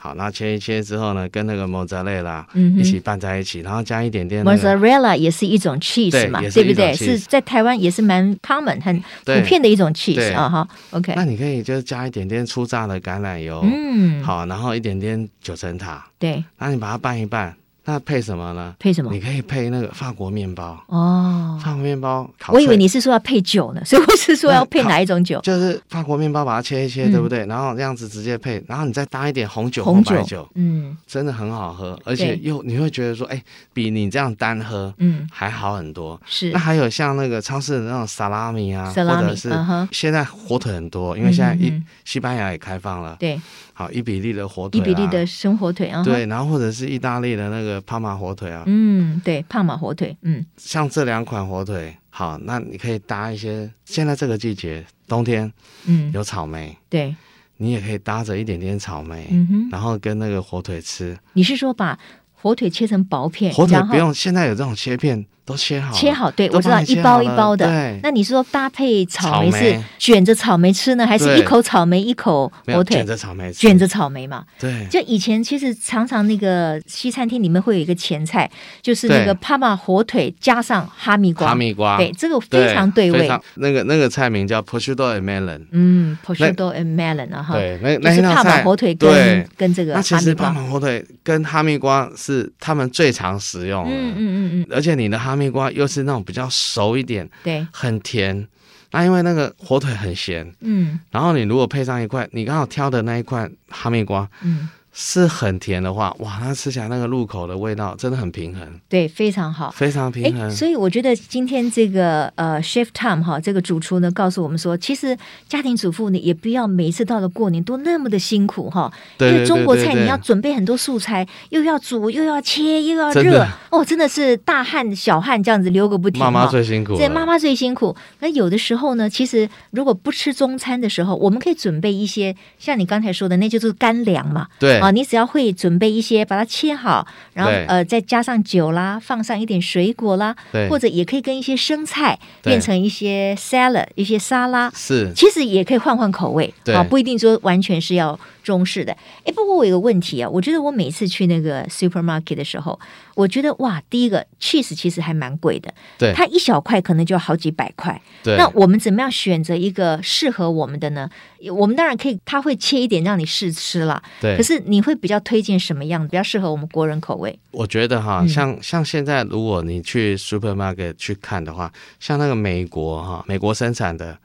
Speaker 2: 好，那切一切之后呢，跟那个莫扎雷拉
Speaker 1: 嗯哼
Speaker 2: 一起拌在一起，然后加一点点、那个。
Speaker 1: mozzarella 也是一种 cheese
Speaker 2: 对
Speaker 1: 嘛，
Speaker 2: 也是
Speaker 1: 对不
Speaker 2: 一种
Speaker 1: 对？是
Speaker 2: cheese
Speaker 1: 在台湾也是蛮 common 很
Speaker 2: 对
Speaker 1: 普遍的一种 cheese
Speaker 2: 对
Speaker 1: 啊哈。OK，
Speaker 2: 那你可以就是加一点点粗榨的橄榄油，
Speaker 1: 嗯，，
Speaker 2: 好，然后一点点九层塔，
Speaker 1: 对，
Speaker 2: 那你把它拌一拌，那配什么呢？
Speaker 1: 配什么
Speaker 2: 你？可以配那个法国面包，
Speaker 1: 哦，
Speaker 2: 法国面包烤脆。
Speaker 1: 我以为你是说要配酒呢， 所以我是说要配
Speaker 2: 那
Speaker 1: 哪一种酒？
Speaker 2: 就是法国面包，把它切一切，
Speaker 1: 嗯
Speaker 2: 对不对？然后这样子直接配，然后你再搭一点红酒或
Speaker 1: 红
Speaker 2: 白
Speaker 1: 酒
Speaker 2: 酒，，
Speaker 1: 嗯
Speaker 2: 真的很好喝，而且
Speaker 1: 对
Speaker 2: 又你会觉得说，哎、比你这样单喝
Speaker 1: 嗯，
Speaker 2: 还好很多。
Speaker 1: 是
Speaker 2: 那，还有像那个超市的那种萨拉米啊，
Speaker 1: 萨拉
Speaker 2: 或
Speaker 1: 米
Speaker 2: 者是
Speaker 1: 嗯哼
Speaker 2: 现在火腿很多，因为现在
Speaker 1: 嗯
Speaker 2: 一、
Speaker 1: 嗯嗯
Speaker 2: 西班牙也开放了，
Speaker 1: 对，
Speaker 2: 好伊比利的火腿、
Speaker 1: 伊
Speaker 2: 啊，
Speaker 1: 比利的生火腿啊，哈
Speaker 2: 对，然后或者是意大利的那个帕玛火腿啊，
Speaker 1: 嗯，对，帕玛火腿，嗯，
Speaker 2: 像这两款火腿，好，那你可以搭一些，现在这个季节冬天
Speaker 1: 嗯，
Speaker 2: 有草莓，
Speaker 1: 对，
Speaker 2: 你也可以搭着一点点草莓，
Speaker 1: 嗯哼，
Speaker 2: 然后跟那个火腿吃，
Speaker 1: 你是说把火腿切成薄片，
Speaker 2: 火腿
Speaker 1: 然后
Speaker 2: 不用，现在有这种切片都切好了，
Speaker 1: 切好，对
Speaker 2: 都
Speaker 1: 我知道
Speaker 2: 帮你
Speaker 1: 一
Speaker 2: 切
Speaker 1: 包
Speaker 2: 好
Speaker 1: 一
Speaker 2: 了
Speaker 1: 包的
Speaker 2: 对。
Speaker 1: 那你是说搭配草
Speaker 2: 草
Speaker 1: 莓是
Speaker 2: 莓
Speaker 1: 卷着草莓吃呢，还是一
Speaker 2: 对
Speaker 1: 口草莓一口
Speaker 2: 没有
Speaker 1: 火腿
Speaker 2: 卷？着草莓吃，
Speaker 1: 卷着草莓嘛，
Speaker 2: 对
Speaker 1: 就以前其实常常那个西餐厅里面会有一个前菜，就是那
Speaker 2: 对
Speaker 1: 个帕玛火腿加上哈密瓜，
Speaker 2: 哈密瓜，
Speaker 1: 对，这个
Speaker 2: 对
Speaker 1: 非常对
Speaker 2: 非
Speaker 1: 味。
Speaker 2: 常那个那个菜名叫 prosciutto e melon，
Speaker 1: 嗯 p o s h i t o and melon 啊哈，
Speaker 2: 对，那
Speaker 1: 就
Speaker 2: 那一
Speaker 1: 是帕玛
Speaker 2: 道菜
Speaker 1: 火腿
Speaker 2: 对
Speaker 1: 跟。跟这个
Speaker 2: 那其
Speaker 1: 哈密
Speaker 2: 实巴
Speaker 1: 瓜。
Speaker 2: 马火腿跟哈密瓜是他们最常食用的，
Speaker 1: 嗯嗯嗯嗯，
Speaker 2: 而且你的哈密瓜又是那种比较熟一点，
Speaker 1: 对，
Speaker 2: 很甜。那因为那个火腿很咸，
Speaker 1: 嗯
Speaker 2: 然后你如果配上一块你刚好挑的那一块哈密瓜
Speaker 1: 嗯，
Speaker 2: 是很甜的话，哇，那吃起来那个入口的味道真的很平衡，
Speaker 1: 对，非常好。
Speaker 2: 非常平
Speaker 1: 哎，
Speaker 2: 衡。
Speaker 1: 所以我觉得今天这个呃，Chef Tom 哈，这个主厨呢，告诉我们说，其实家庭主妇呢，也不要每一次到了过年都那么的辛苦哈，
Speaker 2: 对
Speaker 1: 因为
Speaker 2: 对
Speaker 1: 中
Speaker 2: 对
Speaker 1: 国
Speaker 2: 对
Speaker 1: 菜
Speaker 2: 对
Speaker 1: 你要准备很多素材，又要煮，又要切，又要
Speaker 2: 真
Speaker 1: 热
Speaker 2: 的，
Speaker 1: 哦，真的是大汗小汗这样子流个不停
Speaker 2: 妈妈
Speaker 1: 哈
Speaker 2: 最辛苦了，
Speaker 1: 对，妈妈最辛苦。那有的时候呢，其实如果不吃中餐的时候，我们可以准备一些像你刚才说的，那就是干粮嘛。
Speaker 2: 对
Speaker 1: 啊，你只要会准备一些，把它切好，然后
Speaker 2: 对
Speaker 1: 呃再加上酒啦，放上一点水果啦，
Speaker 2: 对
Speaker 1: 或者也可以跟一些生菜
Speaker 2: 对
Speaker 1: 变成一些 salad、一些沙拉。
Speaker 2: 是
Speaker 1: 其实也可以换换口味
Speaker 2: 对
Speaker 1: 啊，不一定说完全是要中式的。哎，不过我有个问题啊，我觉得我每次去那个 supermarket 的时候，我觉得哇，第一个 cheese 其实还蛮贵的，
Speaker 2: 对
Speaker 1: 它一小块可能就要好几百块。
Speaker 2: 对
Speaker 1: 那我们怎么样选择一个适合我们的呢？我们当然可以，它会切一点让你试吃啦。
Speaker 2: 对。
Speaker 1: 可是你会比较推荐什么样的，比较适合我们国人口味？
Speaker 2: 我觉得哈，
Speaker 1: 嗯
Speaker 2: 像像现在，如果你去 supermarket 去看的话，像那个美国哈，美国生产的，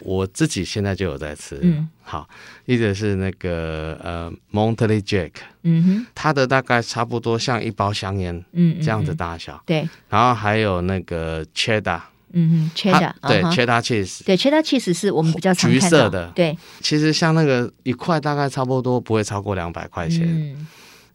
Speaker 2: 我自己现在就有在吃。
Speaker 1: 嗯，
Speaker 2: 好，一直是那个呃 Monterey Jack，
Speaker 1: 嗯哼，
Speaker 2: 它的大概差不多像一包香烟
Speaker 1: 嗯，嗯
Speaker 2: 这样子
Speaker 1: 嗯
Speaker 2: 大小，
Speaker 1: 对，
Speaker 2: 然后还有那个 cheddar，
Speaker 1: 嗯哼，cheddar，
Speaker 2: 它对
Speaker 1: 啊哈
Speaker 2: cheddar cheese，
Speaker 1: 对，cheddar cheese 是我们比较常
Speaker 2: 橘
Speaker 1: 看到
Speaker 2: 色的
Speaker 1: 对，
Speaker 2: 其实像那个一块大概差不多不会超过两百块钱，
Speaker 1: 嗯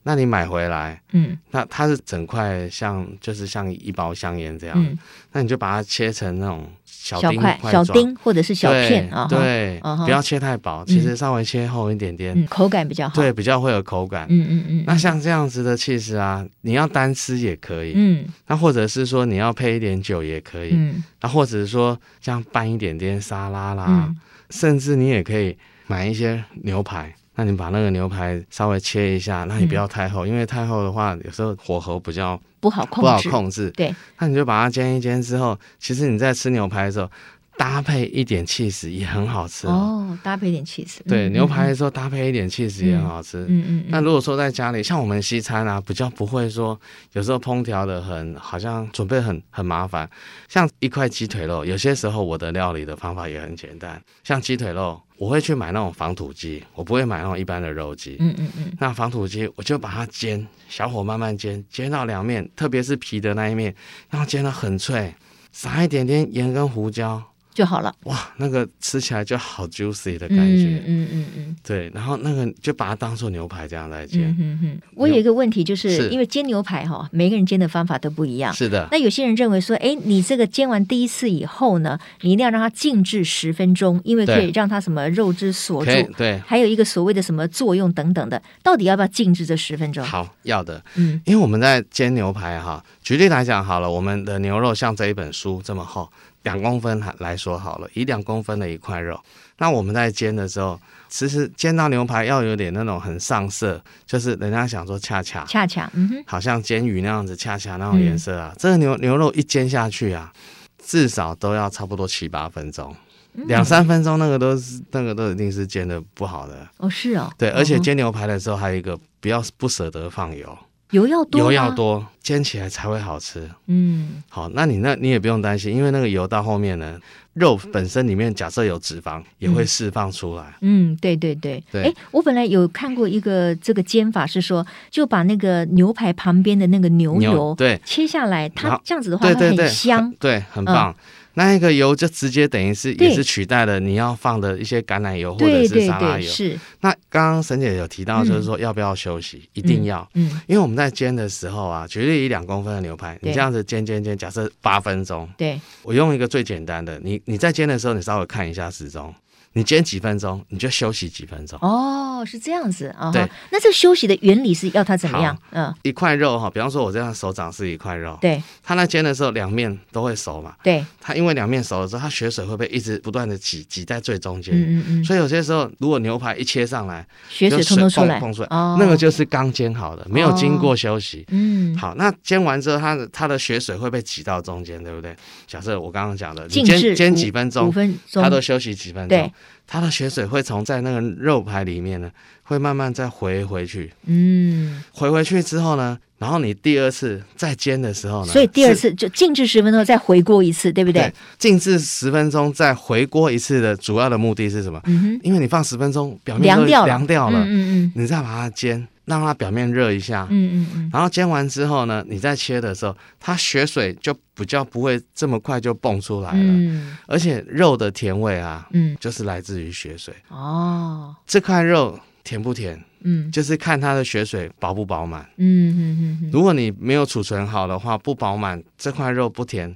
Speaker 2: 那你买回来。
Speaker 1: 嗯
Speaker 2: 那它是整块像，就是像一包香烟这样，
Speaker 1: 嗯，
Speaker 2: 那你就把它切成那种小
Speaker 1: 小
Speaker 2: 丁
Speaker 1: 块、
Speaker 2: 块
Speaker 1: 小
Speaker 2: 状
Speaker 1: 丁或者是小片啊，哈
Speaker 2: 对，
Speaker 1: 啊
Speaker 2: 对
Speaker 1: 哈
Speaker 2: 不要切太薄，其实稍微切厚一点点，
Speaker 1: 嗯，口感比较好。
Speaker 2: 对，比较会有口感。
Speaker 1: 嗯，嗯嗯
Speaker 2: 那像这样子的气势啊，你要单吃也可以，
Speaker 1: 嗯
Speaker 2: 那或者是说你要配一点酒也可以，
Speaker 1: 嗯
Speaker 2: 那或者是说这样拌一点点沙拉啦，
Speaker 1: 嗯
Speaker 2: 甚至你也可以买一些牛排。那你把那个牛排稍微切一下，那你
Speaker 1: 嗯
Speaker 2: 不要太厚，因为太厚的话，有时候火候比较
Speaker 1: 不好
Speaker 2: 不
Speaker 1: 控
Speaker 2: 好
Speaker 1: 制，
Speaker 2: 控制。
Speaker 1: 对，
Speaker 2: 那你就把它煎一煎之后，其实你在吃牛排的时候，搭配一点气势也很好吃哦
Speaker 1: 哦，搭配一点 cheese，
Speaker 2: 对，
Speaker 1: 嗯
Speaker 2: 牛排的时候搭配一点气势也很好吃。
Speaker 1: 嗯嗯嗯
Speaker 2: 那如果说在家里，像我们西餐啊，比较不会说，有时候烹调的很，好像准备很很麻烦。像一块鸡腿肉，有些时候我的料理的方法也很简单。像鸡腿肉，我会去买那种防土鸡，我不会买那种一般的肉鸡。
Speaker 1: 嗯嗯嗯
Speaker 2: 那防土鸡，我就把它煎，小火慢慢煎，煎到两面，特别是皮的那一面，然后煎得很脆，撒一点点盐跟胡椒，
Speaker 1: 就好了，
Speaker 2: 哇，那个吃起来就好 juicy 的感
Speaker 1: 嗯
Speaker 2: 觉。
Speaker 1: 嗯嗯嗯。
Speaker 2: 对，然后那个就把它当做牛排这样来煎。
Speaker 1: 嗯嗯嗯，我有一个问题，就是
Speaker 2: 是
Speaker 1: 因为煎牛排哈，每个人煎的方法都不一样。
Speaker 2: 是的，
Speaker 1: 那有些人认为说，哎，你这个煎完第一次以后呢，你一定要让它静置十分钟，因为可以
Speaker 2: 对
Speaker 1: 让它什么肉汁锁
Speaker 2: 可以
Speaker 1: 住，
Speaker 2: 对，
Speaker 1: 还有一个所谓的什么作用等等的，到底要不要静置这十分钟？
Speaker 2: 好要的。
Speaker 1: 嗯
Speaker 2: 因为我们在煎牛排哈，举例来讲好了，我们的牛肉像这一本书这么厚，两公分来说好了，以两公分的一块肉，那我们在煎的时候，其实煎到牛排要有点那种很上色，就是人家想说恰恰，
Speaker 1: 恰恰，嗯哼，
Speaker 2: 好像煎鱼那样子恰恰那种颜色
Speaker 1: 嗯
Speaker 2: 啊。这个牛牛肉一煎下去啊，至少都要差不多七八分钟，两三分钟那个都是那个都一定是煎的不好的。
Speaker 1: 哦，是哦，
Speaker 2: 对，而且
Speaker 1: 嗯哼
Speaker 2: 煎牛排的时候还有一个不要不舍得放油，
Speaker 1: 油要多，
Speaker 2: 油要，多，煎起来才会好吃。
Speaker 1: 嗯
Speaker 2: 好，那你那你也不用担心，因为那个油到后面呢，肉本身里面假设有脂肪也会释放出来。
Speaker 1: 嗯，对对对，
Speaker 2: 对
Speaker 1: 哎，我本来有看过一个这个煎法是说，就把那个牛排旁边的那个牛
Speaker 2: 牛
Speaker 1: 嗯油
Speaker 2: 对
Speaker 1: 切下来，
Speaker 2: 然
Speaker 1: 它
Speaker 2: 后
Speaker 1: 这样子的话
Speaker 2: 对
Speaker 1: 它
Speaker 2: 对对，
Speaker 1: 很香嗯
Speaker 2: 很，对，很棒。那一个油就直接等于是
Speaker 1: 对
Speaker 2: 也是取代了你要放的一些橄榄油或者
Speaker 1: 对
Speaker 2: 是
Speaker 1: 对
Speaker 2: 沙拉
Speaker 1: 对，
Speaker 2: 油。
Speaker 1: 是，
Speaker 2: 那刚刚沈姐有提到，就是说要不要休息，一定要。
Speaker 1: 嗯，
Speaker 2: 因为我们在煎的时候啊，举例以两公分的牛排，
Speaker 1: 对
Speaker 2: 你这样子煎煎煎，假设八分钟，
Speaker 1: 对，
Speaker 2: 我用一个最简单的，你你在煎的时候，你稍微看一下时钟，你你今天几分钟，你就休息几分钟。
Speaker 1: 哦，是这样子啊。
Speaker 2: 对，
Speaker 1: 那这休息的原理是要它怎么样
Speaker 2: 好？
Speaker 1: 嗯，
Speaker 2: 一块肉哈，比方说我这样手掌是一块肉，
Speaker 1: 对
Speaker 2: 它那煎的时候两面都会熟嘛，
Speaker 1: 对，
Speaker 2: 它因为两面熟了之后，它血水会被一直不断的挤挤在最中间。
Speaker 1: 嗯嗯嗯，
Speaker 2: 所以有些时候，如果牛排一切上来，
Speaker 1: 血水
Speaker 2: 就
Speaker 1: 通通出
Speaker 2: 碰
Speaker 1: 来，
Speaker 2: 碰出来，
Speaker 1: 哦，
Speaker 2: 那个就是刚煎好的，没有经过休息。
Speaker 1: 嗯，
Speaker 2: 好，那煎完之后，它的它的血水会被挤到中间，对不对？假设我刚刚讲的，你
Speaker 1: 静
Speaker 2: 煎
Speaker 1: 置
Speaker 2: 煎
Speaker 1: 五
Speaker 2: 几分
Speaker 1: 五
Speaker 2: 钟，
Speaker 1: 分钟，
Speaker 2: 它都休息几分
Speaker 1: 对
Speaker 2: 钟，它的血水会从在那个肉排里面呢，会慢慢再回回去，
Speaker 1: 嗯，
Speaker 2: 回回去之后呢，然后你第二次再煎的时候呢，
Speaker 1: 所以第二
Speaker 2: 是
Speaker 1: 次就静置十分钟再回锅一次，对不对
Speaker 2: 对？静置十分钟再回锅一次的主要的目的是什么？
Speaker 1: 嗯
Speaker 2: 因为你放十分钟，表
Speaker 1: 哼，凉
Speaker 2: 面都
Speaker 1: 掉了，
Speaker 2: 凉掉了，
Speaker 1: 嗯嗯
Speaker 2: 你再把它煎，让它表面热一下。
Speaker 1: 嗯嗯嗯
Speaker 2: 然后煎完之后呢，你再切的时候，它血水就比较不会这么快就蹦出来了，
Speaker 1: 嗯
Speaker 2: 而且肉的甜味啊，
Speaker 1: 嗯，
Speaker 2: 就是来自于血水。
Speaker 1: 嗯哦，
Speaker 2: 这块肉甜不甜，
Speaker 1: 嗯
Speaker 2: 就是看它的血水饱不饱满。
Speaker 1: 嗯嗯嗯嗯，
Speaker 2: 如果你没有储存好的话，不饱满，这块肉不甜。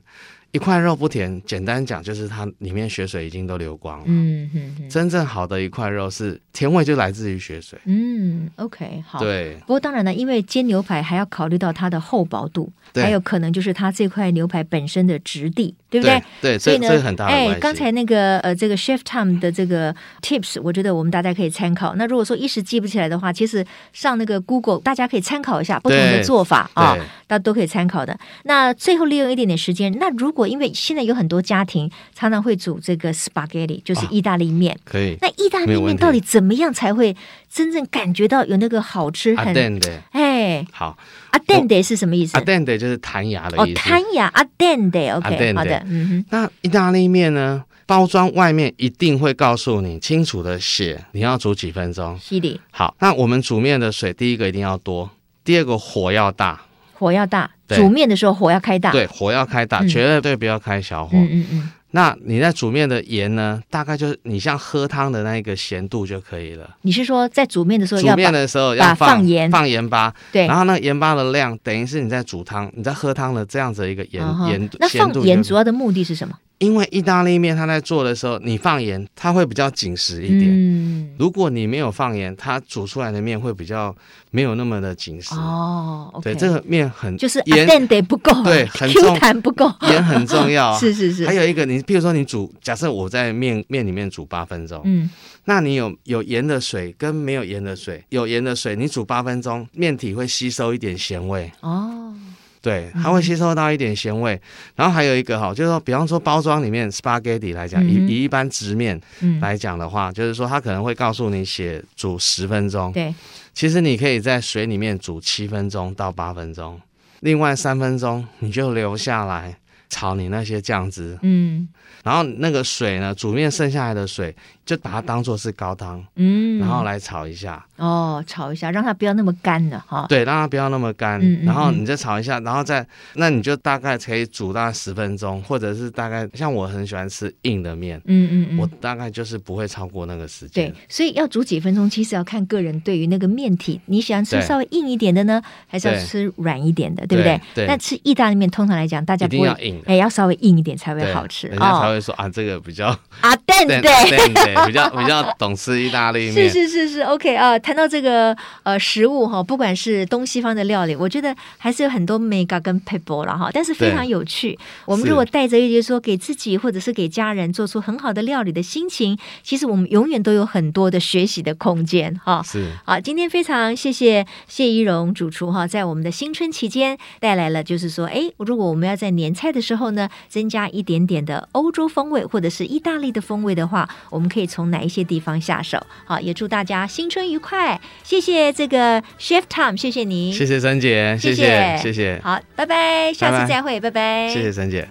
Speaker 2: 一块肉不甜，简单讲就是它里面血水已经都流光了。
Speaker 1: 嗯嗯嗯
Speaker 2: 真正好的一块肉是甜味就来自于血水。
Speaker 1: 嗯，OK，好，。
Speaker 2: 对
Speaker 1: 不过当然呢，因为煎牛排还要考虑到它的厚薄度，
Speaker 2: 对
Speaker 1: 还有可能就是它这块牛排本身的质地，对不对？
Speaker 2: 对对，
Speaker 1: 所以
Speaker 2: 这
Speaker 1: 呢，
Speaker 2: 这很大的关
Speaker 1: 哎
Speaker 2: 系。，
Speaker 1: 刚才那个呃，这个 Chef Tom 的这个 tips，我觉得我们大家可以参考。那如果说一时记不起来的话，其实上那个 Google，大家可以参考一下不同的
Speaker 2: 对
Speaker 1: 做法啊
Speaker 2: 对，
Speaker 1: 大家都可以参考的。那最后利用一点点时间，那如果因为现在有很多家庭常常会煮这个 spaghetti，就是
Speaker 2: 啊
Speaker 1: 意大利面。
Speaker 2: 可以。
Speaker 1: 那意大
Speaker 2: 没
Speaker 1: 利
Speaker 2: 有
Speaker 1: 面
Speaker 2: 问题
Speaker 1: 到底怎么样才会真正感觉到有那个好吃
Speaker 2: 阿
Speaker 1: 很？
Speaker 2: 蛋的
Speaker 1: 哎，
Speaker 2: 好，
Speaker 1: 阿 d e n d 是什么意思
Speaker 2: 阿？蛋的就是弹牙的
Speaker 1: 哦，
Speaker 2: 意思。啊
Speaker 1: 弹牙阿 d e n d OK，
Speaker 2: Adente
Speaker 1: 好的，嗯
Speaker 2: 那意大利面呢？包装外面一定会告诉你清楚的写你要煮几分钟
Speaker 1: 哼，。犀利，
Speaker 2: 好，那我们煮面的水，第一个一定要多，第二个火要大，
Speaker 1: 火要大，
Speaker 2: 对
Speaker 1: 煮面的时候火要开大，
Speaker 2: 对，火要开大，
Speaker 1: 嗯
Speaker 2: 绝对不要开小火。
Speaker 1: 嗯嗯嗯，
Speaker 2: 那你在煮面的盐呢？大概就是你像喝汤的那个咸度就可以了。
Speaker 1: 你是说在煮面的时候
Speaker 2: 煮
Speaker 1: 要把
Speaker 2: 面的时候
Speaker 1: 把
Speaker 2: 要
Speaker 1: 放盐
Speaker 2: 放盐巴，
Speaker 1: 对啊
Speaker 2: 然，后那个盐巴的量等于是你在煮汤、你在喝汤的这样子一个盐、
Speaker 1: 嗯哼
Speaker 2: 盐度
Speaker 1: 那
Speaker 2: 咸
Speaker 1: 放
Speaker 2: 度就
Speaker 1: 盐主要的目的是什么？
Speaker 2: 因为意大利面它在做的时候，你放盐，它会比较紧实一点。
Speaker 1: 嗯，
Speaker 2: 如果你没有放盐，它煮出来的面会比较没有那么的紧实。
Speaker 1: 哦，OK，
Speaker 2: 对，这个面很
Speaker 1: 就是阿
Speaker 2: 盐
Speaker 1: d e n d 不够，
Speaker 2: 对很
Speaker 1: ，Q
Speaker 2: 重
Speaker 1: 弹不 够，
Speaker 2: 盐很重要啊。
Speaker 1: 是是是，
Speaker 2: 还有一个，你譬如说你煮，假设我在面面里面煮八分钟，
Speaker 1: 嗯
Speaker 2: 那你有有盐的水跟没有盐的水，有盐的水你煮八分钟，面体会吸收一点咸味，
Speaker 1: 哦，
Speaker 2: 对，它会吸收到一点咸味。然后还有一个哈，就是说，比方说包装里面 spaghetti 来讲，以
Speaker 1: 嗯哼
Speaker 2: 以一般直面
Speaker 1: 嗯，
Speaker 2: 来讲的话，就是说它可能会告诉你写煮十分钟，
Speaker 1: 对，
Speaker 2: 其实你可以在水里面煮七分钟到八分钟，另外三分钟你就留下来炒你那些酱汁，
Speaker 1: 嗯
Speaker 2: 然后那个水呢，煮面剩下来的水就把它当做是高汤，
Speaker 1: 嗯，
Speaker 2: 然后来炒一下，
Speaker 1: 哦，炒一下，让它不要那么干了哈，
Speaker 2: 对，让它不要那么干，
Speaker 1: 嗯嗯
Speaker 2: 然后你再炒一下，然后再那你就大概可以煮大概十分钟，或者是大概像我很喜欢吃硬的面，
Speaker 1: 嗯嗯嗯，
Speaker 2: 我大概就是不会超过那个时间
Speaker 1: 对。，所以要煮几分钟，其实要看个人对于那个面体，你喜欢吃
Speaker 2: 对
Speaker 1: 稍微硬一点的呢，还是要
Speaker 2: 对
Speaker 1: 吃软一点的，对不对？
Speaker 2: 对对
Speaker 1: 那吃意大利面，通常来讲，大家
Speaker 2: 一
Speaker 1: 不
Speaker 2: 定要
Speaker 1: 会，
Speaker 2: 硬的。
Speaker 1: 哎，要稍微硬一点才会
Speaker 2: 对
Speaker 1: 好吃
Speaker 2: 人家才
Speaker 1: 哦。
Speaker 2: 会说、啊，这个比较
Speaker 1: 啊，对
Speaker 2: 对
Speaker 1: 对。
Speaker 2: 对对，比较比较懂吃意大利
Speaker 1: 是
Speaker 2: 面，
Speaker 1: 是是是，OK 啊、谈到这个呃食物哈，不管是东西方的料理，我觉得还是有很多 mega 跟 people 了哈，但是非
Speaker 2: 对
Speaker 1: 常有趣。我们
Speaker 2: 是
Speaker 1: 如果带着一些说给自己或者是给家人做出很好的料理的心情，其实我们永远都有很多的学习的空间哈。
Speaker 2: 是
Speaker 1: 好，今天非常谢谢谢依荣主厨哈，在我们的新春期间带来了，就是说，哎，如果我们要在年菜的时候呢，增加一点点的欧洲风味或者是意大利的风味的话，我们可以从哪一些地方下手？好，也祝大家新春愉快，谢谢这个 Chef Tom，谢谢您，
Speaker 2: 谢谢沈姐，谢
Speaker 1: 谢
Speaker 2: 谢谢谢，
Speaker 1: 好，拜拜，下哎
Speaker 2: 拜
Speaker 1: 次
Speaker 2: 拜
Speaker 1: 再会，拜拜，
Speaker 2: 谢谢沈姐。